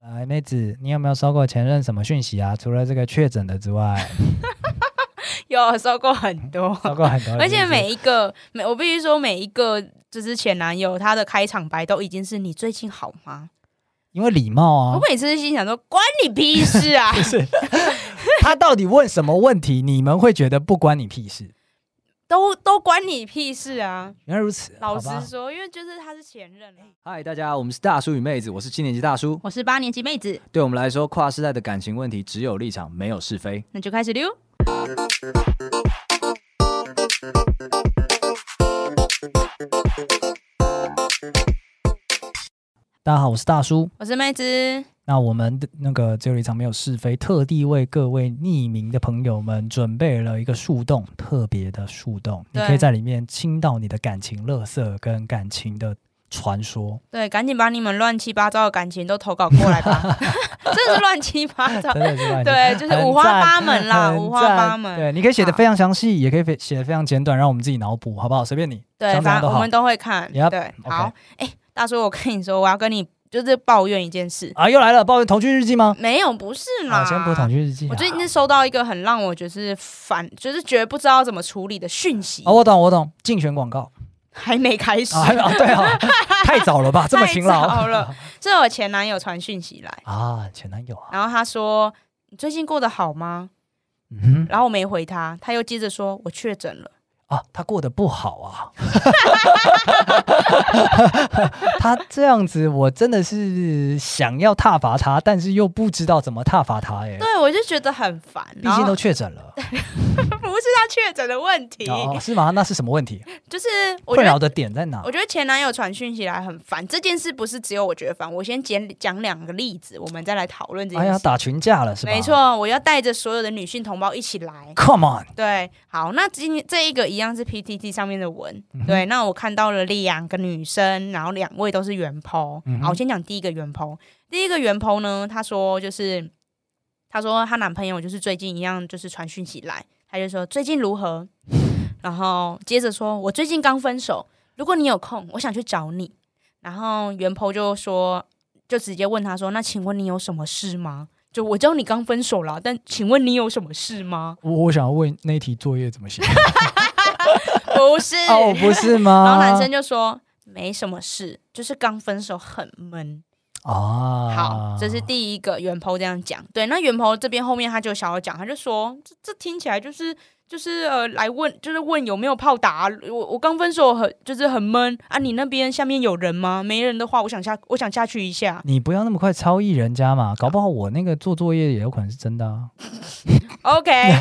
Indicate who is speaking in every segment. Speaker 1: 哎，妹子，你有没有收过前任什么讯息啊？除了这个确诊的之 外，
Speaker 2: 有 收过很多，
Speaker 1: 收过很多，
Speaker 2: 而且每一个每我必须说每一个就是前男友，他的开场白都已经是你最近好吗？
Speaker 1: 因为礼貌啊
Speaker 2: 我，每次心想说关你屁事 啊！
Speaker 1: 他到底问什么问题，你们会觉得不关你屁事？
Speaker 2: 都都关你屁事啊！
Speaker 1: 原来如此，
Speaker 2: 老实
Speaker 1: 好吧
Speaker 2: 说，因为就是他是前任啊。
Speaker 3: 嗨，大家，我们是大叔与妹子，我是七年级大叔。
Speaker 2: 我是八年级妹子，
Speaker 3: 对我们来说，跨世代的感情问题只有立场，没有是非。
Speaker 2: 那就开始溜。
Speaker 1: 大家好，我是大叔。
Speaker 2: 我是妹子，
Speaker 1: 那我们的那个只有一场没有是非，特地为各位匿名的朋友们准备了一个树洞，特别的树洞，你
Speaker 2: 对
Speaker 1: 可以在里面倾倒你的感情垃圾跟感情的传 说，
Speaker 2: 对，赶紧把你们乱七八糟的感情都投稿过来 吧，真的是乱七八糟
Speaker 1: 真。的是乱七
Speaker 2: 对，就是
Speaker 1: 很
Speaker 2: 五花
Speaker 1: 赞
Speaker 2: 八门啦，
Speaker 1: 很
Speaker 2: 五花
Speaker 1: 赞
Speaker 2: 八门。
Speaker 1: 对，你可以写的
Speaker 2: 好
Speaker 1: 非常详细，也可以非写的非常简短，让我们自己脑补，好不好？随便你，
Speaker 2: 对，
Speaker 1: 想怎
Speaker 2: 反
Speaker 1: 样都
Speaker 2: 正我
Speaker 1: 好
Speaker 2: 们。都会看。
Speaker 1: Yep，
Speaker 2: 对，
Speaker 1: OK
Speaker 2: 好。哎，大叔，我跟你说，我要跟你就是抱怨一件事。
Speaker 1: 啊，又来了，抱怨同居日记吗？
Speaker 2: 没有，不是
Speaker 1: 啊，
Speaker 2: 嗯啦。
Speaker 1: 先不同居日记啊。
Speaker 2: 我最近收到一个很让我就是烦，就是觉得不知道怎么处理的讯息，
Speaker 1: 哦，我懂，我懂，竞选广告
Speaker 2: 还没开始，
Speaker 1: 啊，还有啊，对啊，太早了吧，这么勤
Speaker 2: 太
Speaker 1: 劳
Speaker 2: 早了。这是我前男友传讯息来，
Speaker 1: 啊，前男友啊，
Speaker 2: 然后他说：“你最近过得好吗
Speaker 1: 嗯？”
Speaker 2: 然后我没回他，他又接着说：“我确诊了。
Speaker 1: 哼，啊，他过得不好啊， 他这样子，我真的是想要挞伐他，但是又不知道怎么挞伐他，哎，
Speaker 2: 对，我就觉得很烦。
Speaker 1: 毕
Speaker 2: 嗯然
Speaker 1: 竟
Speaker 2: 后
Speaker 1: 都确诊 了，
Speaker 2: 不是他确诊的问题，
Speaker 1: 哦，是吗？那是什么问题？
Speaker 2: 就是我觉
Speaker 1: 困
Speaker 2: 得
Speaker 1: 扰的点在哪
Speaker 2: 我？觉得前男友传讯息来很烦，这件事不是只有我觉得烦。我先简讲两个例子，我们再来讨论这
Speaker 1: 哎
Speaker 2: 件
Speaker 1: 呀，
Speaker 2: 事。
Speaker 1: 打群架了是吧？
Speaker 2: 没错，我要带着所有的女性同胞一起来。
Speaker 1: ，Come on，
Speaker 2: 对，好，那今这一个一样是 PTT 上面的文，
Speaker 1: 嗯
Speaker 2: 对，那我看到了两个女生，然后两位都是原 po、
Speaker 1: 嗯哼
Speaker 2: 好，我先讲第一个原 po，第一个原 po 呢，她说就是，她说她男朋友就是最近一样就是传讯息来，她就说最近如何， 然后接着说我最近刚分手，如果你有空，我想去找你。然后原 po 就说，就直接问他说，那请问你有什么事吗？就我知道你刚分手啦，但请问你有什么事吗？
Speaker 1: 我我想要问那一题作业怎么 写？
Speaker 2: 不是，
Speaker 1: 哦， 不是吗？
Speaker 2: 然后男生就说没什么事，就是刚分手很闷。
Speaker 1: 啊，
Speaker 2: 好，这是第一个袁鹏这样讲。对，那袁鹏这边后面他就想要讲，他就说这这听起来就是就是呃来问就是问有没有炮打啊、我我刚分手很就是很闷啊，你那边下面有人吗？没人的话，我想下我想下去一下。
Speaker 1: 你不要那么快超意人家嘛，搞不好我那个做作业也有可能是真的啊。
Speaker 2: OK，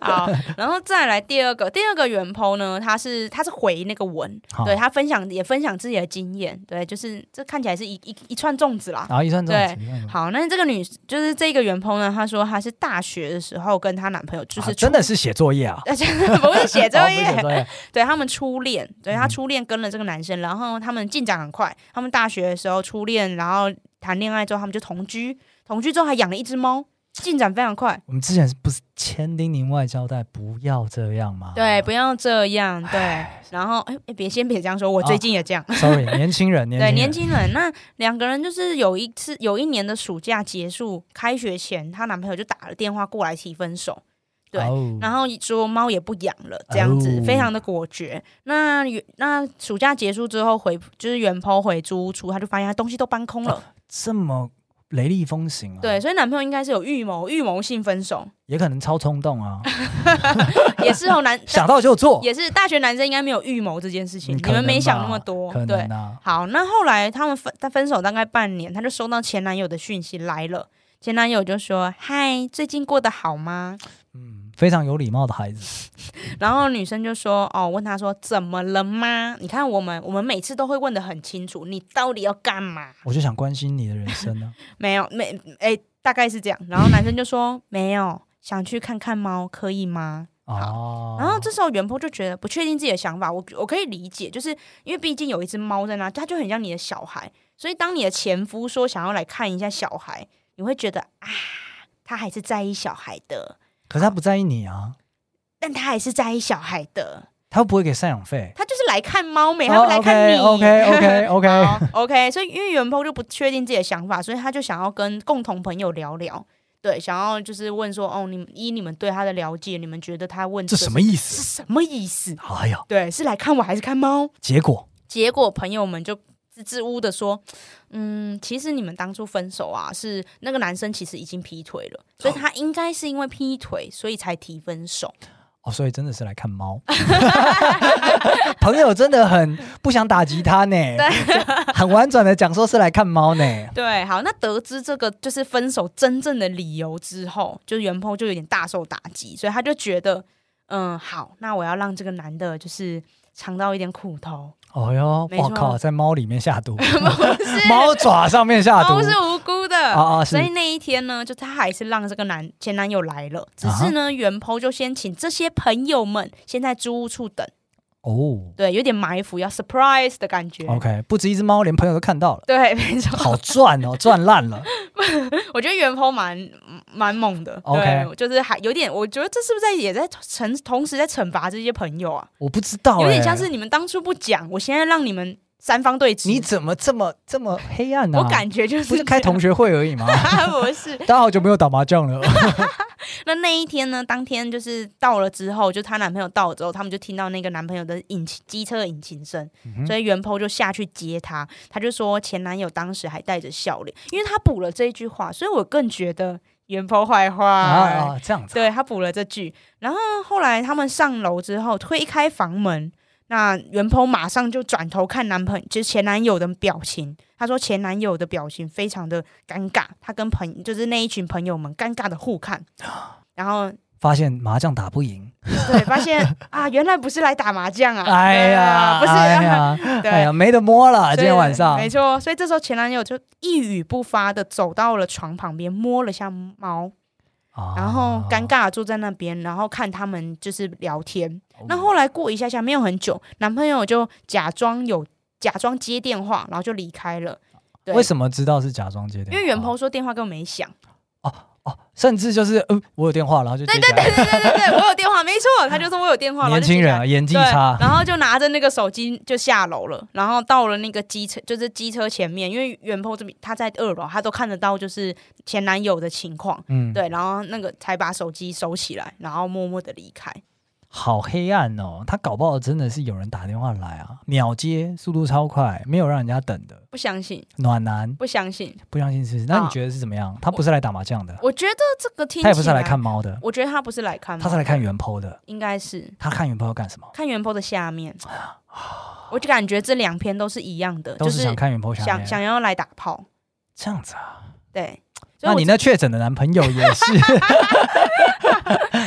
Speaker 2: 好，然后再来第二个，第二个原 po 呢，他是他是回那个文，
Speaker 1: 好
Speaker 2: 对他分享也分享自己的经验，对，就是这看起来是一一一串粽子啦。
Speaker 1: 然后一算这嗯样子，
Speaker 2: 好，那这个女就是这个原 po 呢，她说她是大学的时候跟她男朋友就、，
Speaker 1: 就是啊真的，是写作业啊
Speaker 2: 真的不是写作
Speaker 1: 哦不
Speaker 2: 业，
Speaker 1: 是写作业，
Speaker 2: 对他们初恋，对他
Speaker 1: 嗯
Speaker 2: 初恋跟了这个男生，然后他们进展很快，他们大学的时候初恋，然后谈恋爱之后他们就同居，同居之后还养了一只猫，进展非常快。
Speaker 1: 我们之前是不是千叮咛万交代不要这样吗？
Speaker 2: 对，不要这样。对，然后哎，哎别先别这样说，
Speaker 1: 啊
Speaker 2: 我最近也这样。
Speaker 1: ，sorry，年轻人，年轻
Speaker 2: 对，
Speaker 1: 人
Speaker 2: 年轻人，那两个人就是有一次，有一年的暑假结束，开学前，她男朋友就打了电话过来提分手，对
Speaker 1: 哦
Speaker 2: 然后说猫也不养了，这样子、
Speaker 1: 哦
Speaker 2: 非常的果决。那原那暑假结束之后回，就是原抛回租屋处，他就发现他东西都搬空
Speaker 1: 哦
Speaker 2: 了，
Speaker 1: 这么雷厉风行啊，
Speaker 2: 对，，所以男朋友应该是有预谋，预谋性分手，
Speaker 1: 也可能超冲动啊，
Speaker 2: 也是哦，男
Speaker 1: 想到就做，
Speaker 2: 也是大学男生应该没有预谋这件事情，
Speaker 1: 嗯
Speaker 2: 你们没想那么多，
Speaker 1: 可
Speaker 2: 对
Speaker 1: 能。啊，
Speaker 2: 好，那后来他们分他分手大概半年，她就收到前男友的讯息来了。前男友就说：“嗨，最近过得好吗
Speaker 1: 嗯，非常有礼貌的孩子，？”
Speaker 2: 然后女生就说：“哦，问他说怎么了吗？你看我们，我们每次都会问的很清楚，你到底要干嘛？
Speaker 1: 我就想关心你的人生啊 呢，
Speaker 2: 没有，没，哎，大概是这样。”然后男生就说：“没有，想去看看猫，可以吗？”
Speaker 1: 哦，
Speaker 2: 然后这时候袁坡就觉得不确定自己的想法，我我可以理解，就是因为毕竟有一只猫在那，它就很像你的小孩，所以当你的前夫说想要来看一下小孩，你会觉得啊，他还是在意小孩的，
Speaker 1: 可是他不在意你啊，
Speaker 2: 但他还是在意小孩的，
Speaker 1: 他会不会给赡养费？
Speaker 2: 他就是来看猫没，他不来看你。
Speaker 1: OK OK 哦 OK
Speaker 2: 好 OK，所以因为袁鹏就不确定自己的想法，所以他就想要跟共同朋友聊聊，对，想要就是问说，哦，你们依你们对他的了解，你们觉得他问
Speaker 1: 这什么意思？
Speaker 2: 是什么意思？
Speaker 1: 哎呀，
Speaker 2: 对，是来看我还是看猫？
Speaker 1: 结果
Speaker 2: 结果朋友们就支支吾吾的说，嗯，其实你们当初分手啊，是那个男生其实已经劈腿了，所以他应该是因为劈腿，所以才提分手。
Speaker 1: 哦，所以真的是来看猫。 朋友真的很不想打击他呢， 很婉转的讲说是来看猫呢。
Speaker 2: 对，好，那得知这个就是分手真正的理由之后，就是袁鹏就有点大受打击，所以他就觉得，嗯，好，那我要让这个男的就是尝到一点苦头，
Speaker 1: 哦哟，
Speaker 2: 没
Speaker 1: 我
Speaker 2: 错
Speaker 1: 靠，在猫里面下毒，
Speaker 2: 不是
Speaker 1: 猫爪上面下毒
Speaker 2: 猫，是无辜的
Speaker 1: 啊啊是
Speaker 2: 所以那一天呢，就他还是让这个男前男友来了，
Speaker 1: 啊
Speaker 2: 只是呢，袁鹏就先请这些朋友们先在租屋处等，
Speaker 1: 哦。
Speaker 2: 对，有点埋伏，要 surprise 的感觉。
Speaker 1: OK，不止一只猫，连朋友都看到了，
Speaker 2: 对， 没错，
Speaker 1: 好赚哦， 赚烂了。
Speaker 2: 我觉得袁鹏蛮蛮猛的
Speaker 1: OK
Speaker 2: 对，就是还有点，我觉得这是不是在也在惩，同时在惩罚这些朋友啊？
Speaker 1: 我不知道、欸，
Speaker 2: 有点像是你们当初不讲，我现在让你们三方对峙。
Speaker 1: 你怎么这么这么黑暗呢、
Speaker 2: 我感觉就是
Speaker 1: 不是 开同
Speaker 2: 学，
Speaker 1: 学会而已吗？
Speaker 2: 不是。
Speaker 1: 大家好久没有打麻 将了，
Speaker 2: 那那一天呢，当天就是到了之后，就她男朋友到了之后，他们就听到那个男朋友的引擎机车引擎声，所以袁鹏就下去接她。她就说前男友当时还带着笑脸，因为她补了这一句话，所以我更觉得袁鹏坏话。哎
Speaker 1: 啊啊，这样子
Speaker 2: 对他补了这句，然后后来他们上楼之后推开房门，那袁鹏马上就转头看男朋就是前男友的表情。他说前男友的表情非常的尴尬，他跟朋就是那一群朋友们尴尬的 互看，然后
Speaker 1: 发现麻将打不赢，
Speaker 2: 对发 现啊，原来不是来打麻将啊，
Speaker 1: 哎呀，
Speaker 2: 对
Speaker 1: 哎
Speaker 2: 啊
Speaker 1: 呀，
Speaker 2: 不是，对。
Speaker 1: 哎呀，没得摸了，
Speaker 2: 所以
Speaker 1: 今天晚上
Speaker 2: 没错，所以这时候前男友就一语不发的走到了床旁边，摸了下猫，
Speaker 1: 啊
Speaker 2: 然后尴尬地坐在那边，然后看他们就是聊天。
Speaker 1: 哦
Speaker 2: 那后来过一下下，没有很久，男朋友就假装有假装接电话，然后就离开了。对
Speaker 1: 为什么知道是假装接电话？
Speaker 2: 因为袁鹏说电话根本没响。
Speaker 1: 哦，甚至就是呃，我有电话，然后就对对
Speaker 2: 对对对对对，我有电话，没错，他就说我有电话。然后
Speaker 1: 年
Speaker 2: 就接
Speaker 1: 轻
Speaker 2: 起
Speaker 1: 人
Speaker 2: 来
Speaker 1: 啊，演技
Speaker 2: 对，
Speaker 1: 差，
Speaker 2: 然后就拿着那个手机就下楼了，然后到了那个机车，就是机车前面，因为袁鹏这边他在二楼，他都看得到就是前男友的情况，
Speaker 1: 嗯，
Speaker 2: 对，然后那个才把手机收起来，然后默默的离开。
Speaker 1: 好黑暗哦！他搞不好真的是有人打电话来啊，秒接，速度超快，没有让人家等的。
Speaker 2: 不相信，
Speaker 1: 暖男
Speaker 2: 不相信，
Speaker 1: 不相信是不是？那你
Speaker 2: 啊
Speaker 1: 觉得是怎么样？他不是来打麻将的，
Speaker 2: 我觉得这个听
Speaker 1: 他也不是
Speaker 2: 起
Speaker 1: 来看，猫的，
Speaker 2: 我觉得他不是来看猫，
Speaker 1: 他是来看原 PO 的。
Speaker 2: 应该是
Speaker 1: 他看原 PO 干什么？
Speaker 2: 看原 po 的下面，我就感觉这两篇都是一样的，
Speaker 1: 啊都
Speaker 2: 就是
Speaker 1: 想看原 PO 下
Speaker 2: 想
Speaker 1: 面
Speaker 2: 想要来打炮，
Speaker 1: 这样子啊。
Speaker 2: 对。所以
Speaker 1: 那
Speaker 2: 我
Speaker 1: 你那确诊的男朋友也 是，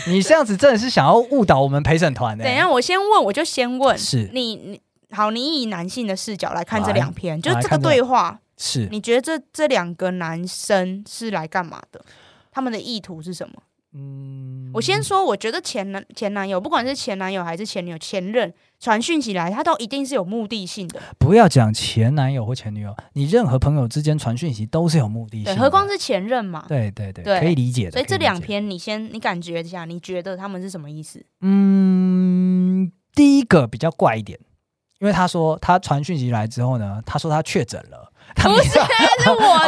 Speaker 1: 你这样子真的是想要误导我们陪审团的、欸
Speaker 2: 等一下，我先问，我就先问
Speaker 1: 是
Speaker 2: 你，你好，你以男性的视角来看这
Speaker 1: 来
Speaker 2: 两篇，就是
Speaker 1: 来
Speaker 2: 这个
Speaker 1: 看这
Speaker 2: 对话，
Speaker 1: 是
Speaker 2: 你觉得这这两个男生是来干嘛的？他们的意图是什么？
Speaker 1: 嗯
Speaker 2: 我先说，我觉得前男前男友，不管是前男友还是前女友、前任，传讯起来，他都一定是有目的性的。
Speaker 1: 不要讲前男友或前女友，你任何朋友之间传讯息都是有目的性
Speaker 2: 对，
Speaker 1: 的，
Speaker 2: 何况是前任嘛。
Speaker 1: 对对对，
Speaker 2: 对
Speaker 1: 可以理解的。
Speaker 2: 所以
Speaker 1: 可
Speaker 2: 这
Speaker 1: 理
Speaker 2: 两
Speaker 1: 解，
Speaker 2: 篇，你先你感觉一下，你觉得他们是什么 意思？
Speaker 1: 嗯，第一个比较怪一点，因为他说他传讯息来之后呢，他说他确诊了，他
Speaker 2: 不是，是
Speaker 1: 啊、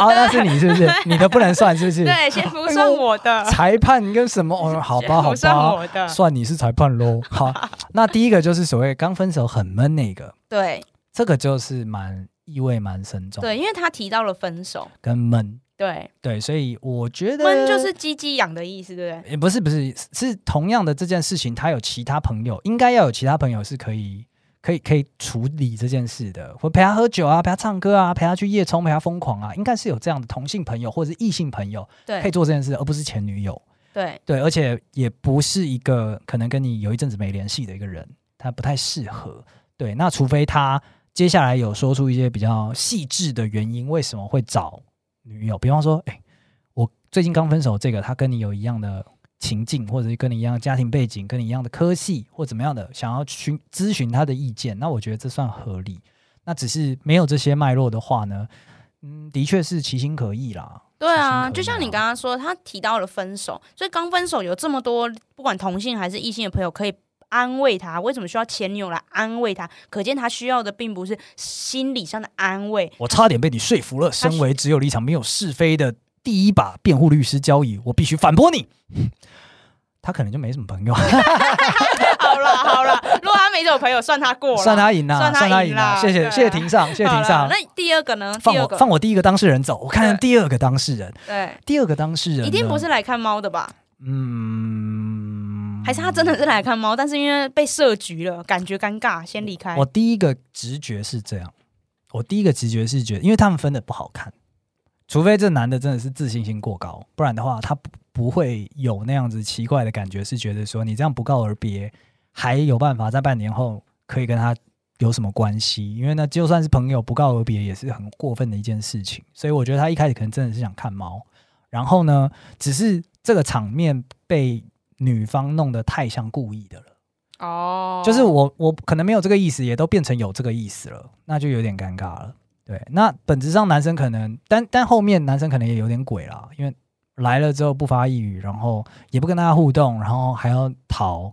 Speaker 2: 我
Speaker 1: 那
Speaker 2: 的。
Speaker 1: 是你是不是？你的不能算是不是？ 哎
Speaker 2: 对，先不算我的，
Speaker 1: 裁判跟什么？哦，好吧，
Speaker 2: 先
Speaker 1: 好
Speaker 2: 不算
Speaker 1: 吧，
Speaker 2: 我 的。
Speaker 1: 算你是裁判 喽。好，那第一个就是所谓刚分手很闷那个，
Speaker 2: 对
Speaker 1: 这个就是蛮意味蛮深重，
Speaker 2: 对，，因为他提到了分手，
Speaker 1: 跟闷，
Speaker 2: 对，
Speaker 1: 对，所以我觉得
Speaker 2: 闷就是鸡鸡痒的意思，对不对？
Speaker 1: 也不是不是，是同样的这件事情，他有其他朋友，应该要有其他朋友是可以可以可以处理这件事的，或陪他喝酒啊，陪他唱歌啊，陪他去夜冲，陪他疯狂啊，应该是有这样的同性朋友或者是异性朋友可以
Speaker 2: 对
Speaker 1: 做这件事，而不是前女友。
Speaker 2: 对
Speaker 1: 对，而且也不是一个可能跟你有一阵子没联系的一个人，他不太适合。对，那除非他接下来有说出一些比较细致的原因，为什么会找女友？比方说，哎、我最近刚分手，这个他跟你有一样的情境，或者是跟你一样的家庭背景，跟你一样的科系，或怎么样的，想要询咨询他的意见，那我觉得这算合理。那只是没有这些脉络的话呢，嗯，的确是其心可异啦。
Speaker 2: 对
Speaker 1: 其
Speaker 2: 啊，
Speaker 1: 心可
Speaker 2: 就像
Speaker 1: 原
Speaker 2: 你刚刚说，他提到了分手，所以刚分手有这么多不管同性还是异性的朋友可以安慰她，为什么需要前女友来安慰她？可见她需要的并不是心理上的安慰，
Speaker 1: 我差点被你说服了。身为只有立场没有是非的第一把辩护律师交椅，我必须反驳你。 他可能就没什么朋友，
Speaker 2: 好了好了，如果他没有朋友，算他过 了，
Speaker 1: 算他赢啦，
Speaker 2: 算他
Speaker 1: 算他
Speaker 2: 赢
Speaker 1: 赢啦。
Speaker 2: 啦
Speaker 1: 谢谢
Speaker 2: 对啊
Speaker 1: 谢谢庭上，谢谢
Speaker 2: 好
Speaker 1: 庭
Speaker 2: 了。
Speaker 1: 上。
Speaker 2: 那第二个呢？
Speaker 1: 放
Speaker 2: 第二
Speaker 1: 我
Speaker 2: 个，
Speaker 1: 放我第一个当事人走，我看看第二个当事人。
Speaker 2: 对，
Speaker 1: 第二个当事人呢
Speaker 2: 一定不是，来看猫的吧？
Speaker 1: 嗯，
Speaker 2: 还是他真的是来看猫，但是因为被设局了，感觉尴尬，先离开
Speaker 1: 我。第一个直觉是这样，我第一个直觉是觉得，因为他们分的不好看，除非这男的真的是自信心过高，不然的话他不不会有那样子奇怪的感觉，是觉得说你这样不告而别，还有办法在半年后可以跟他有什么关系？因为呢，就算是朋友不告而别，也是很过分的一件事情。所以我觉得他一开始可能真的是想看猫，然后呢，只是这个场面被女方弄得太像故意的了。
Speaker 2: 哦
Speaker 1: 就是我我可能没有这个意思，也都变成有这个意思了，那就有点尴尬了。对，那本质上男生可能，但但后面男生可能也有点鬼啦，因为来了之后不发一语，然后也不跟大家互动，然后还要逃，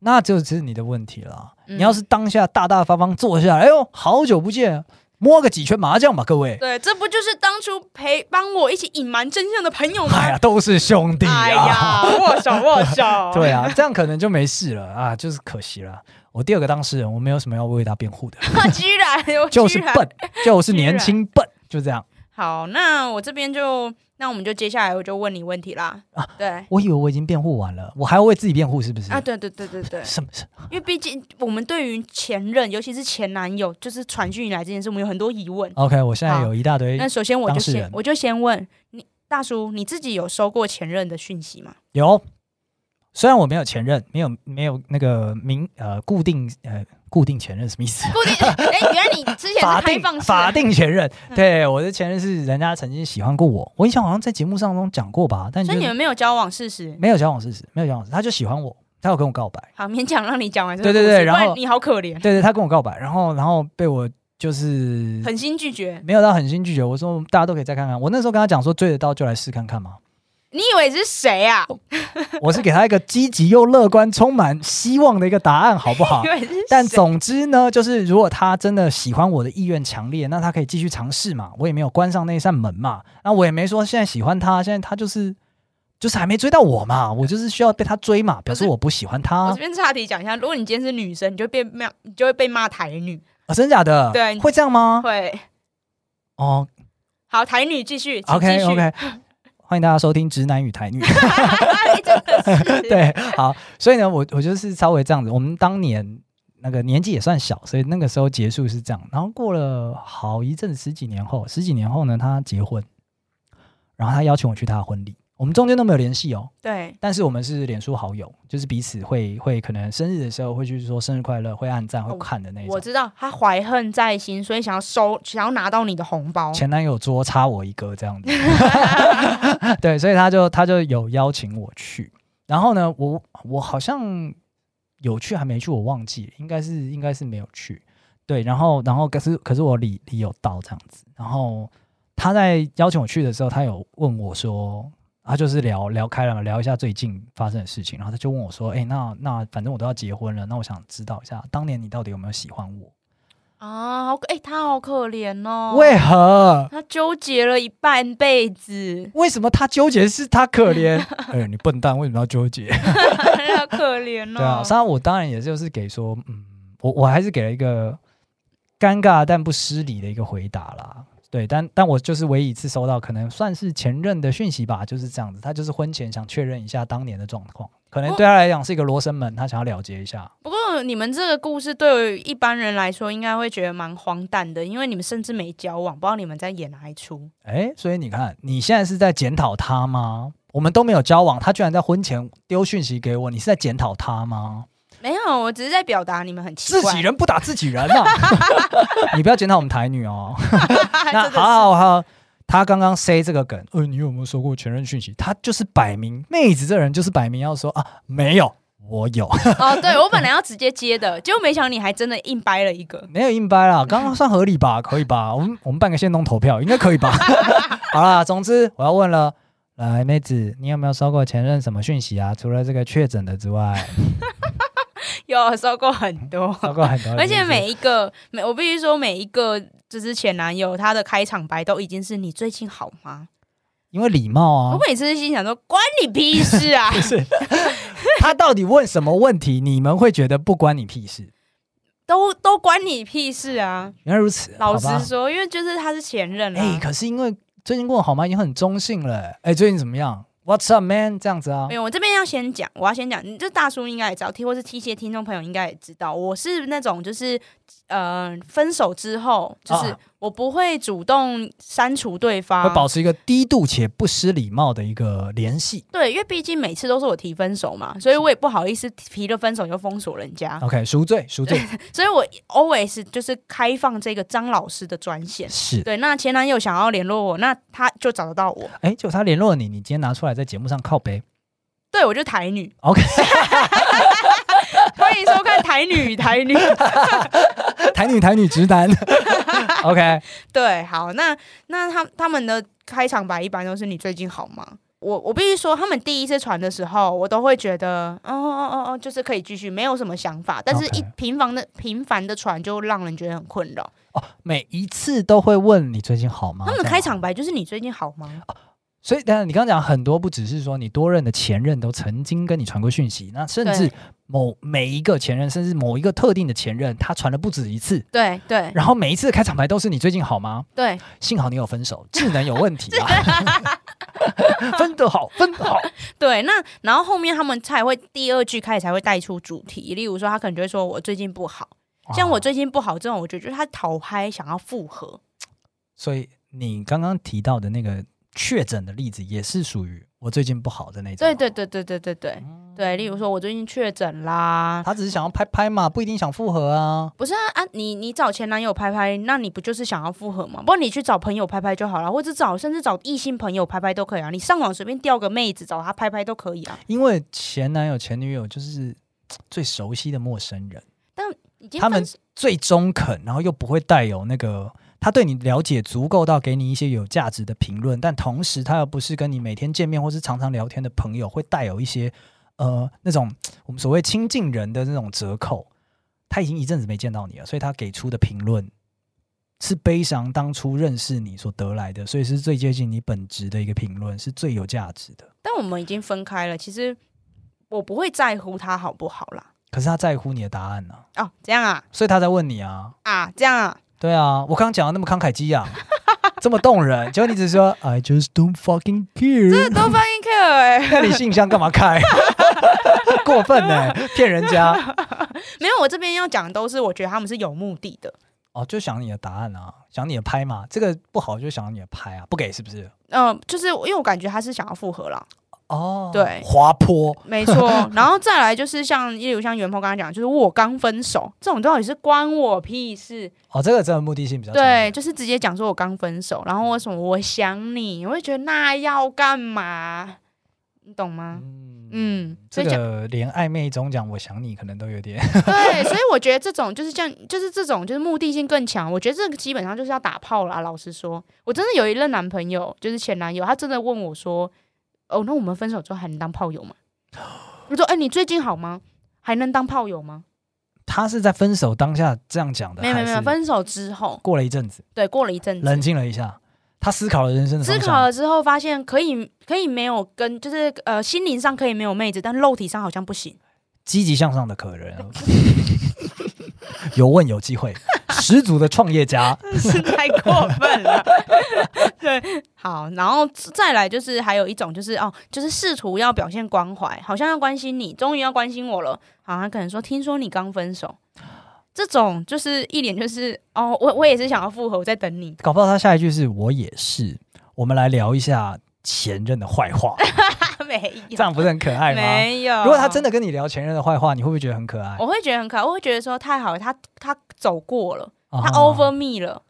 Speaker 1: 那就是你的问题了。
Speaker 2: 嗯
Speaker 1: 你要是当下大大方方坐下来，哎呦，好久不见，摸个几圈麻将吧，各位，
Speaker 2: 对，这不就是当初陪帮我一起隐瞒真相的朋友吗？
Speaker 1: 哎呀，都是兄弟
Speaker 2: 哎
Speaker 1: 啊，。
Speaker 2: 呀，握手握手
Speaker 1: 对啊，这样可能就没事了啊，就是可惜了。我第二个当事人，我没有什么要为他辩护的。
Speaker 2: 居然， 我
Speaker 1: 就是
Speaker 2: 居然
Speaker 1: 笨，就是
Speaker 2: 居然
Speaker 1: 年轻笨，就这样。
Speaker 2: 好，那我这边就，那我们就接下来我就问你问题啦。
Speaker 1: 啊
Speaker 2: 对
Speaker 1: 我以为我已经辩护完了，我还要为自己辩护，是不是？
Speaker 2: 啊，对对对 对对，
Speaker 1: 什么？什么
Speaker 2: 因为毕竟我们对于前任，尤其是前男友，就是传讯以来这件事，我们有很多疑问。
Speaker 1: ？OK，我现在
Speaker 2: 好
Speaker 1: 有一大堆
Speaker 2: 那首先我
Speaker 1: 哦
Speaker 2: 就
Speaker 1: 当事
Speaker 2: 先
Speaker 1: 人
Speaker 2: 我就先问你，大叔，你自己有收过前任的讯息吗？
Speaker 1: 有。虽然我没有前任，没有没有那个明呃固定呃固定前任什么意 思？
Speaker 2: 固定，哎， 原来你之前
Speaker 1: 法
Speaker 2: 是开
Speaker 1: 定
Speaker 2: 放式嗯
Speaker 1: 法
Speaker 2: 的，
Speaker 1: 定前任，对我的前任是人家曾经喜欢过我，我印象好像在节目上中讲过吧，但就
Speaker 2: 所以你
Speaker 1: 是
Speaker 2: 们没有交往事实。
Speaker 1: 没有交往事实，没有交往事实，他就喜欢我，他有跟我告白，
Speaker 2: 好，勉强让你讲完这个
Speaker 1: 对
Speaker 2: 故事。
Speaker 1: 对对然
Speaker 2: 不
Speaker 1: 后
Speaker 2: 你好可怜，
Speaker 1: 对对，他跟我告白，然后然后被我就是
Speaker 2: 狠心拒绝。
Speaker 1: 没有到狠心拒绝，我说大家都可以再看看。我那时候跟他讲说追得到就来试看看嘛，
Speaker 2: 你以为是谁啊？
Speaker 1: 我是给他一个积极又乐观、充满希望的一个答案，好不 好
Speaker 2: 以？为是谁？
Speaker 1: 啊但总之呢，就是如果他真的喜欢我的意愿强烈，那他可以继续尝试嘛，我也没有关上那扇门嘛，那我也没说现在喜欢他，现在他就是就是还没追到我嘛，我就是需要被他追嘛，表示我不喜欢
Speaker 2: 我
Speaker 1: 他
Speaker 2: 这，边岔题讲一下，如果你今天是女生，你就被骂，你就会被骂台女。
Speaker 1: 啊、真假的？
Speaker 2: 对
Speaker 1: 会这样吗？
Speaker 2: 会，
Speaker 1: 哦
Speaker 2: 好，台女继续请继
Speaker 1: ，OK
Speaker 2: 续
Speaker 1: OK，欢迎大家收听《直男与台女》。
Speaker 2: 哎真 的是，
Speaker 1: 对，好，所以呢，我我就是稍微这样子。我们当年那个年纪也算小，所以那个时候结束是这样。然后过了好一阵，十几年后，十几年后呢，他结婚，然后他邀请我去他的婚礼。我们中间都没有联系哦，
Speaker 2: 对，
Speaker 1: 但是我们是脸书好友，就是彼此会会可能生日的时候会去说生日快乐，会按赞，会
Speaker 2: 哦
Speaker 1: 看的那
Speaker 2: 我
Speaker 1: 种。
Speaker 2: 知道他怀恨在心，所以想要收，想要拿到你的红包。
Speaker 1: 前男友桌插我一个这样子， 对，所以他就他就有邀请我去，然后呢，我我好像有去还没去，我忘记了，应该是应该是没有去，对，然后然后可是可是我理理有到这样子，然后他在邀请我去的时候，他有问我说。他就是聊聊开了嘛，聊一下最近发生的事情，然后他就问我说：“哎、那那反正我都要结婚了，那我想知道一下，当年你到底有没有喜欢我？
Speaker 2: 啊，好可，哎，他好可怜哦。，
Speaker 1: 为何？，
Speaker 2: 他纠结了一半辈子
Speaker 1: 为什么他纠结是他可怜？哎、你笨蛋，为什么要纠结？
Speaker 2: 好可怜哦。
Speaker 1: 对啊，当然我当然也就是给说，嗯，我我还是给了一个尴尬但不失礼的一个回答啦。对，但但我就是唯一一次收到，可能算是前任的讯息吧，就是这样子。他就是婚前想确认一下当年的状况，可能对他来讲是一个罗生门，他想要了结一下。
Speaker 2: 不过你们这个故事对于一般人来说，应该会觉得蛮荒诞的，因为你们甚至没交往，不知道你们在演哪一出。
Speaker 1: 哎，所以你看，你现在是在检讨他吗？我们都没有交往，他居然在婚前丢讯息给我，你是在检讨他吗？
Speaker 2: 没有，我只是在表达你们很奇
Speaker 1: 自
Speaker 2: 怪。
Speaker 1: 己 人不打自己人呐、 你不要检讨我们台女哦。那
Speaker 2: 真的是
Speaker 1: 好好好，他刚刚 say 这个梗，呃，你有没有收过前任讯息？他就是摆明妹子这人就是摆明要说啊，没有，我有，
Speaker 2: 哦，对我本来要直接接的，结果没想到你还真的硬掰了一个。
Speaker 1: 没有硬掰啦，刚刚算合理吧，可以吧？ 我们我们办个线动投票应该可以吧？ 好啦，总之我要问了。来，妹子，你有没有收过前任什么讯息啊？除了这个确诊的之外，
Speaker 2: 有收过很多，
Speaker 1: 糟糕很多，
Speaker 2: 而且每一个每我必须说每一个就是前男友他的开场白都已经是你最近好吗？
Speaker 1: 因为礼貌啊
Speaker 2: 我，每次心想说关你屁事 啊！
Speaker 1: 是他到底问什么问题，你们会觉得不关你屁事？
Speaker 2: 都都关你屁事啊！
Speaker 1: 原来如此，
Speaker 2: 老
Speaker 1: 好吧
Speaker 2: 实说，因为就是他是前任啊，
Speaker 1: 哎、可是因为最近过得好吗？已经很中性了、哎、最近怎么样？What's up, man？这样子啊
Speaker 2: 没，有，我这边要先讲，我要先讲，你这大叔应该也知道，听或是一些听众朋友应该也知道，我是那种就是呃，分手之后，就是
Speaker 1: 啊
Speaker 2: 我不会主动删除对方，
Speaker 1: 会保持一个低度且不失礼貌的一个联系。
Speaker 2: 对，因为毕竟每次都是我提分手嘛，所以我也不好意思提了分手就封锁人家，
Speaker 1: OK，赎罪，赎 罪
Speaker 2: 所以我 always 就是开放这个张老师的专线。
Speaker 1: 是。
Speaker 2: 对，那前男友想要联络我，那他就找得到我。
Speaker 1: 哎、就他联络你，你今天拿出来在节目上靠背。
Speaker 2: 对，我就台女，
Speaker 1: OK，
Speaker 2: 欢迎收看台女与台女。
Speaker 1: 台女台女直男。OK，
Speaker 2: 对，好，那那他他们的开场白一般都是你最近好吗？我我必须说，他们第一次传的时候，我都会觉得，哦哦哦哦，就是可以继续，没有什么想法。但是，一
Speaker 1: OK
Speaker 2: 频繁的频繁的传，就让人觉得很困扰。
Speaker 1: 哦，每一次都会问你最近好哦吗？
Speaker 2: 他们
Speaker 1: 这
Speaker 2: 的
Speaker 1: 样
Speaker 2: 开
Speaker 1: 吗
Speaker 2: 场白就是你最近好吗？
Speaker 1: 所以，当然你刚刚讲很多，不只是说你多任的前任都曾经跟你传过讯息，那甚至
Speaker 2: 对
Speaker 1: 某每一个前任，甚至某一个特定的前任，他传了不止一次，
Speaker 2: 对对
Speaker 1: 然后每一次的开场白都是“你最近好吗？
Speaker 2: 对，
Speaker 1: 幸好你有分手，智能有问题 啊，分得好，分得好。
Speaker 2: 对，那然后后面他们才会第二句开始才会带出主题，例如说他可能就会说我最近不好， 像我
Speaker 1: 哦，
Speaker 2: 最近不好这种，我觉得就是他讨拍想要复合，
Speaker 1: 所以你刚刚提到的那个确诊的例子，也是属于我最近不好嗯的那种。啊
Speaker 2: 对对，对对对对对对，例如说我最近确诊啦，
Speaker 1: 他只是想要拍拍嘛，不一定想复合啊。
Speaker 2: 不是啊啊，你你找前男友拍拍，那你不就是想要复合吗？不然你去找朋友拍拍就好了，或者找甚至找异性朋友拍拍都可以啊，你上网随便调个妹子找她拍拍都可以啊。
Speaker 1: 因为前男友、前女友就是嘖最熟悉的陌生人。
Speaker 2: 已经
Speaker 1: 他
Speaker 2: 分
Speaker 1: 们
Speaker 2: 手
Speaker 1: 最中肯，然后又不会带有那个他对你了解足够到给你一些有价值的评论，但同时他又不是跟你每天见面或是常常聊天的朋友，会带有一些呃那种我们所谓亲近人的那种折扣。他已经一阵子没见到你了，所以他给出的评论是悲伤当初认识你所得来的，所以是最接近你本质的一个评论，是最有价值的。
Speaker 2: 但我们已经分开了，其实我不会在乎他好不好啦。
Speaker 1: 可是他在乎你的答案呢、
Speaker 2: 哦，这样啊
Speaker 1: 所以他在问你啊。
Speaker 2: 啊，这样啊，
Speaker 1: 对啊，我刚刚讲的那么慷慨激昂， 这么动人，结果你只说 I just don't fucking
Speaker 2: 这
Speaker 1: care，
Speaker 2: 都 fucking care 哎、
Speaker 1: 那你信箱干嘛开？ 过分呢、骗人家
Speaker 2: 没有，我这边要讲的都是我觉得他们是有目的的。
Speaker 1: 哦，就想你的答案啊，想你的拍嘛，这个不好就想你的拍啊，不给是不是？
Speaker 2: 嗯、就是因为我感觉他是想要复合啦，
Speaker 1: 哦，
Speaker 2: 对
Speaker 1: 滑坡
Speaker 2: 没错。 然后再来就是像，例如像元鹏刚刚讲，就是我刚分手这种到底是关我屁事？
Speaker 1: 哦，这个真的目的性比较强
Speaker 2: 对，，就是直接讲说我刚分手，然后为什么我想你，我会觉得那要干嘛？你懂吗？
Speaker 1: 嗯
Speaker 2: 嗯，所
Speaker 1: 这
Speaker 2: 以讲。
Speaker 1: 个连暧昧中讲我想你可能都有点
Speaker 2: 对，所以我觉得这种就是这样，就是这种就是目的性更强。我觉得这个基本上就是要打炮啦。老实说，我真的有一任男朋友，就是前男友，他真的问我说：“哦，那我们分手之后还能当炮友吗？” 我说：“哎、你最近好吗？还能当炮友吗
Speaker 1: 他是在分手当下这样讲？”的，
Speaker 2: 没有没有没
Speaker 1: 还
Speaker 2: 有，
Speaker 1: 是
Speaker 2: 分手之后，
Speaker 1: 过了一阵子，
Speaker 2: 对，过了一阵
Speaker 1: 冷
Speaker 2: 子，
Speaker 1: 静了一下，他思考了人生的
Speaker 2: 思
Speaker 1: 方向
Speaker 2: 考了之后发现可以可以没有跟，就是呃心灵上可以没有妹子，但肉体上好像不行。
Speaker 1: 积极向上的可人，有问有机会，十足的创业家。
Speaker 2: 是太过分了。 对，好，然后再来就是还有一种就是哦，就是试图要表现关怀，好像要关心你，终于要关心我了。好，他可能说听说你刚分手，这种就是一脸就是哦，我我也是想要复合，我在等你。
Speaker 1: 搞不好他下一句是我也是。我们来聊一下前任的坏 话，
Speaker 2: 没有，
Speaker 1: 这样不是很可爱吗？
Speaker 2: 没有。
Speaker 1: 如果他真
Speaker 2: 的，
Speaker 1: 的跟你聊前任的坏话，你会不会觉得很可爱？
Speaker 2: 我会觉得很可爱，我会觉得说太好了，他他走过了，
Speaker 1: 啊
Speaker 2: 哦他 over me 了，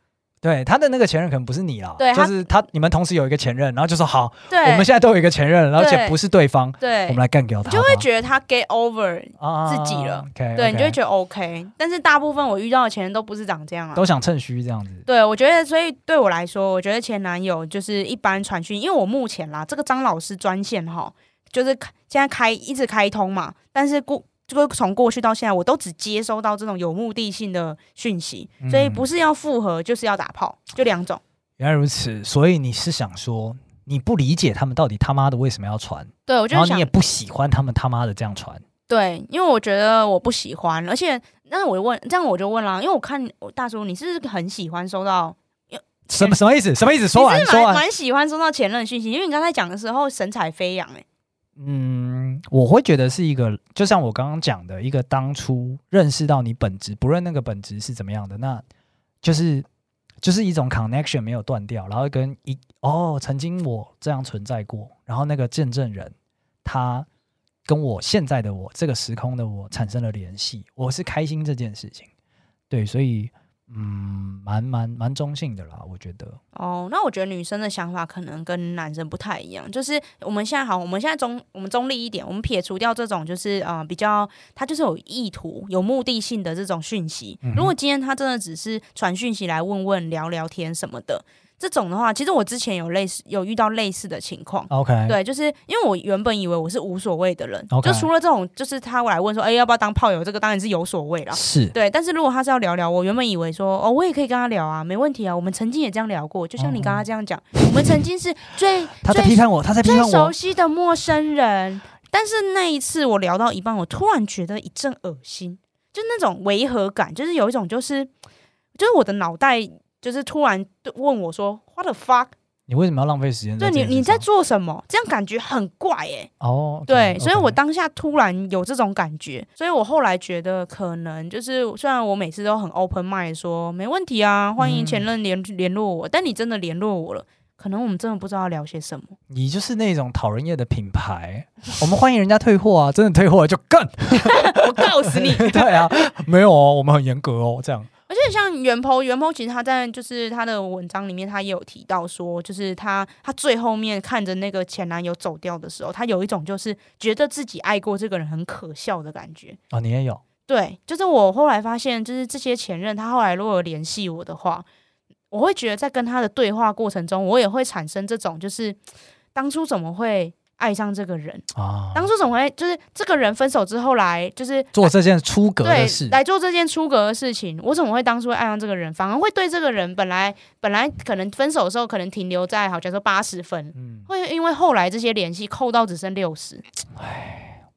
Speaker 1: 对他的那个前任可能不是你啦，
Speaker 2: 对
Speaker 1: 就
Speaker 2: 他
Speaker 1: 是他你们同时有一个前任，然后就说好，
Speaker 2: 对，
Speaker 1: 我们现在都有一个前任，而且
Speaker 2: 对
Speaker 1: 不是对方，我
Speaker 2: 对
Speaker 1: 们，来干掉他吧，
Speaker 2: 就会觉得他 get over
Speaker 1: 啊
Speaker 2: 自己了
Speaker 1: OK，
Speaker 2: 对你就会
Speaker 1: OK
Speaker 2: 觉得 OK，但是大部分我遇到的前任都不是长这样啊。
Speaker 1: 都想趁虚这样子。
Speaker 2: 对，我觉得，所以对我来说，我觉得前男友就是一般传讯，因为我目前啦，这个张老师专线哈，就是开现在开一直开通嘛，但是固这个从过去到现在，我都只接收到这种有目的性的讯息，所以
Speaker 1: 嗯
Speaker 2: 不是要复合，就是要打炮，就两种。
Speaker 1: 原来如此，所以你是想说你不理解他们到底他妈的为什么要传，
Speaker 2: 对，我就
Speaker 1: 然后
Speaker 2: 是
Speaker 1: 你
Speaker 2: 想
Speaker 1: 也不喜欢他们他妈的这样传。
Speaker 2: 对，因为我觉得我不喜欢，而且那我就问，这样我就问啦，因为我看我大叔你是很喜欢收到，
Speaker 1: 什么什么意思？什么意思？说完
Speaker 2: 你是
Speaker 1: 说啊
Speaker 2: 蛮
Speaker 1: 完。
Speaker 2: 蛮喜欢收到前任讯息，因为你刚才讲的时候神采飞扬、欸，
Speaker 1: 嗯，我会觉得是一个，就像我刚刚讲的，一个当初认识到你本质，不论那个本质是怎么样的，那就是就是一种 connection 没有断掉，然后跟一哦，曾经我这样存在过，然后那个见证人他跟我现在的我这个时空的我产生了联系，我是开心这件事情，对，所以嗯，蛮蛮蛮中性的啦，我觉得，
Speaker 2: 哦，那我觉得女生的想法可能跟男生不太一样，就是我们现在好，我们现在中我们中立一点，我们撇除掉这种就是呃比较他就是有意图、有目的性的这种讯息。如果今天他真的只是传讯息来问问、聊聊天什么的，这种的话，其实我之前有类似有遇到类似的情况。
Speaker 1: OK，
Speaker 2: 对，就是因为我原本以为我是无所谓的人
Speaker 1: OK
Speaker 2: 就除了这种，就是他来问说，哎、要不要当炮友？这个当然是有所谓啦。
Speaker 1: 是，
Speaker 2: 对，但是如果他是要聊聊，我原本以为说，哦，我也可以跟他聊啊，没问题啊，我们曾经也这样聊过，就像你刚刚这样讲，我们曾经是最
Speaker 1: 哦他在批
Speaker 2: 最
Speaker 1: 判我，他在批
Speaker 2: 最
Speaker 1: 判我
Speaker 2: 熟，悉的陌生人。但是那一次我聊到一半，我突然觉得一阵恶心，就那种违和感，就是有一种就是就是我的脑袋就是突然问我说，what the fuck？
Speaker 1: 你为什么要浪费时间
Speaker 2: 对
Speaker 1: 这
Speaker 2: 你
Speaker 1: 件事上？
Speaker 2: 你在做什么？这样感觉很怪哎、
Speaker 1: 哦，OK，
Speaker 2: 对
Speaker 1: OK
Speaker 2: 所以我当下突然有这种感觉，所以我后来觉得可能就是，虽然我每次都很 open mind 说没问题啊，欢迎前任联联络我，但你真的联络我了，可能我们真的不知道要聊些什么。
Speaker 1: 你就是那种讨人厌的品牌， 我们欢迎人家退货啊，真的退货了就 干，
Speaker 2: 我告诉你，
Speaker 1: 对啊，没有哦，我们很严格哦，这样
Speaker 2: 而且像袁鹏，袁鹏其实他在就是他的文章里面，他也有提到说，就是他他最后面看着那个前男友走掉的时候，他有一种就是觉得自己爱过这个人很可笑的感觉。
Speaker 1: 哦，你也有，
Speaker 2: 对，就是我后来发现，就是这些前任，他后来如果有联系我的话，我会觉得在跟他的对话过程中，我也会产生这种，就是当初怎么会爱上这个人？
Speaker 1: 啊，
Speaker 2: 当初怎么会就是这个人分手之后来，就是
Speaker 1: 做这件出格
Speaker 2: 对
Speaker 1: 的事，
Speaker 2: 来做这件出格的事情，我怎么会当初会爱上这个人？反而会对这个人本来本来可能分手的时候可能停留在好，假如说八十分，
Speaker 1: 嗯，
Speaker 2: 会因为后来这些联系扣到只剩六十，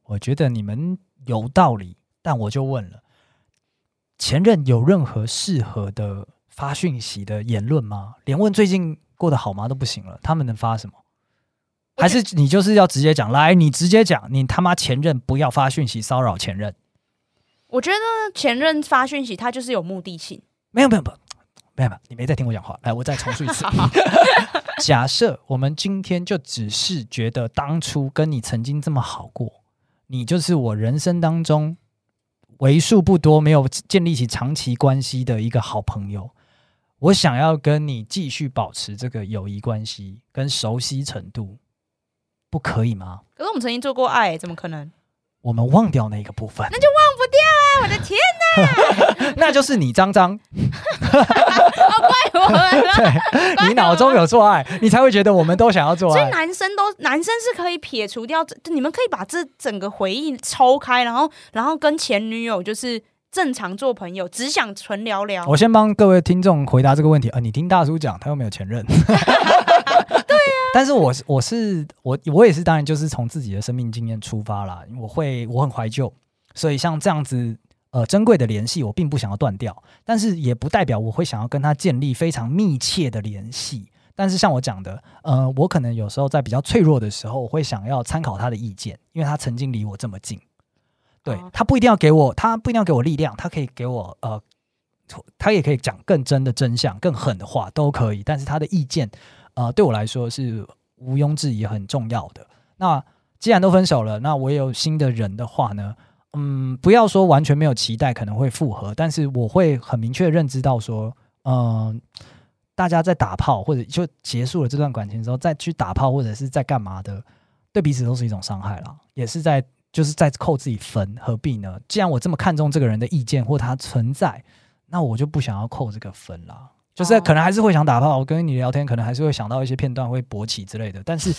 Speaker 1: 我觉得你们有道理，但我就问了，前任有任何适合的发讯息的言论吗？连问最近过得好吗都不行了，他们能发什么？还是你就是要直接讲，来，你直接讲，你他妈前任不要发讯息骚扰前任。
Speaker 2: 我觉得前任发讯息他就是有目的性。
Speaker 1: 没有没有没有没有没有，你没在听我讲话。来，我再重述一 次。假设我们今天就只是觉得当初跟你曾经这么好过，你就是我人生当中为数不多没有建立起长期关系的一个好朋友。我想要跟你继续保持这个友谊关系跟熟悉程度，不可以吗？
Speaker 2: 可是我们曾经做过爱、怎么可能？
Speaker 1: 我们忘掉那个部分，那就
Speaker 2: 忘不掉啊！我的天
Speaker 1: 那就是你张张，
Speaker 2: 哪，我 们啊
Speaker 1: 你脑中有做爱，你才会觉得我们都想要做
Speaker 2: 所以
Speaker 1: 爱。
Speaker 2: 男生都男生是可以撇除掉这，你们可以把这整个回忆抽开，然后然后跟前女友就是正常做朋友，只想纯聊聊。
Speaker 1: 我先帮各位听众回答这个问题啊、呃你听大叔讲，他又没有前任，对呀、但是我是我是我我也是，当然就是从自己的生命经验出发啦。我会我很怀旧，所以像这样子呃珍贵的联系，我并不想要断掉，但是也不代表我会想要跟他建立非常密切的联系。但是像我讲的，呃，我可能有时候在比较脆弱的时候，我会想要参考他的意见，因为他曾经离我这么近。对
Speaker 2: 哦
Speaker 1: 他不一定要给我，他不一定要给我力量，他可以给我呃他也可以讲更真的真相、更狠的话都可以，但是他的意见，呃，对我来说是毋庸置疑很重要的。那既然都分手了，那我也有新的人的话呢，嗯，不要说完全没有期待可能会复合，但是我会很明确地认知到说，嗯、大家在打炮或者就结束了这段感情之后再去打炮或者是在干嘛的，对彼此都是一种伤害啦，也是在就是在扣自己分，何必呢？既然我这么看重这个人的意见或他存在，那我就不想要扣这个分啦。就是
Speaker 2: 哦
Speaker 1: 可能还是会想打炮，我跟你聊天可能还是会想到一些片段会勃起之类的，但是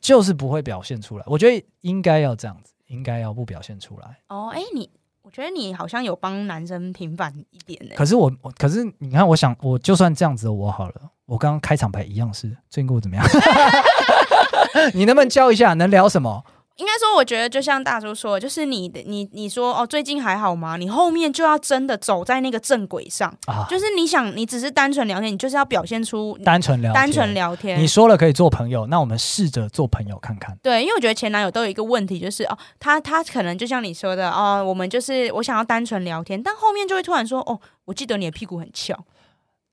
Speaker 1: 就是不会表现出来。我觉得应该要这样子，应该要不表现出来。
Speaker 2: 哦，哎、你我觉得你好像有帮男生平反一点呢、
Speaker 1: 可是我，我可是你看，我想，我就算这样子的我好了，我刚刚开场白一样是，最近过得怎么样？ 你能不能教一下，能聊什么？
Speaker 2: 应该说，我觉得就像大叔说的，就是你的你你说哦，最近还好吗？你后面就要真的走在那个正轨上，
Speaker 1: 啊
Speaker 2: 就是你想，你只是单纯聊天，你就是要表现出
Speaker 1: 单纯聊，
Speaker 2: 单纯。聊天
Speaker 1: 你。说了可以做朋友，那我们试着做朋友看看。
Speaker 2: 对，因为我觉得前男友都有一个问题，就是哦，他他可能就像你说的哦，我们就是我想要单纯聊天，但后面就会突然说哦，我记得你的屁股很翘，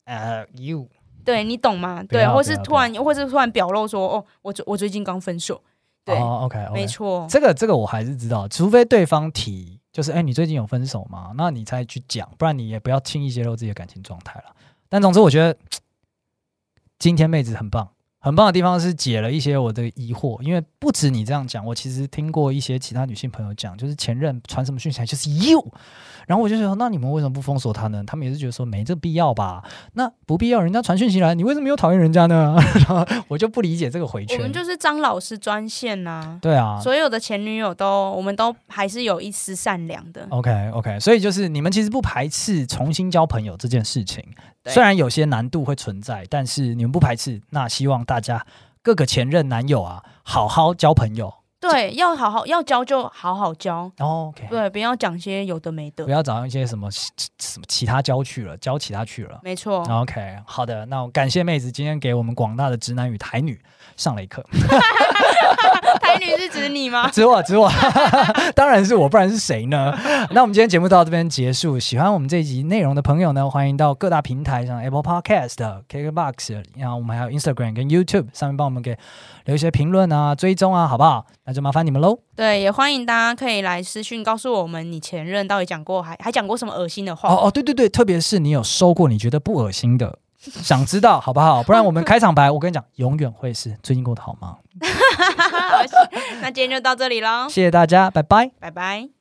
Speaker 1: 呃，you
Speaker 2: 对你懂吗？
Speaker 1: 不要不
Speaker 2: 对，
Speaker 1: 要
Speaker 2: 或是突然或是突然表露说哦，我最我最近刚分手，对，
Speaker 1: 哦，OK，, o k
Speaker 2: 没错，
Speaker 1: 这个这个我还是知道，除非对方提，就是哎、诶你最近有分手吗？那你才去讲，不然你也不要轻易揭露自己的感情状态了。但总之，我觉得今天妹子很棒，很棒的地方是解了一些我的疑惑，因为不止你这样讲，我其实听过一些其他女性朋友讲，就是前任传什么讯息来就是 you，然后我就想，那你们为什么不封锁他呢？他们也是觉得说没这必要吧，那不必要，人家传讯息来，你为什么又讨厌人家呢？ 然后我就不理解这个回
Speaker 2: 我
Speaker 1: 圈。
Speaker 2: 们就是张老师专线呐、
Speaker 1: 对啊，
Speaker 2: 所有的前女友都，我们都还是有一丝善良的。
Speaker 1: OK OK，所以就是你们其实不排斥重新交朋友这件事情，
Speaker 2: 对
Speaker 1: 虽然有些难度会存在，但是你们不排斥。那希望大家各个前任男友啊，好好交朋友。
Speaker 2: 对，要好好要教就好好教，
Speaker 1: 哦 OK，
Speaker 2: 对，不要讲些有的没
Speaker 1: 不
Speaker 2: 的。
Speaker 1: 要找一些什么其什么其他交去了，交其他去了。
Speaker 2: 没错，
Speaker 1: OK，好的，那我感谢妹子今天给我们广大的直男与台女上了一课，
Speaker 2: 台女是指你 吗？
Speaker 1: 指我指我，当然是我，不然是谁呢？那我们今天节目到这边结束。喜欢我们这一集内容的朋友呢，欢迎到各大平台上 Apple Podcast、KKBox，然后我们还有 Instagram 跟 YouTube 上面帮我们给留一些评论啊、追踪啊，好不好？那就麻烦你们喽。
Speaker 2: 对，也欢迎大家可以来私讯告诉我们，你前任到底讲过还还讲过什么恶心的话。
Speaker 1: 哦哦，对对对，特别是你有收过你觉得不恶心的，想知道好不好？不然我们开场白，我跟你讲，永远会是最近过得好吗？
Speaker 2: 那今天就到这里喽，
Speaker 1: 谢谢大家，拜拜。
Speaker 2: 拜拜。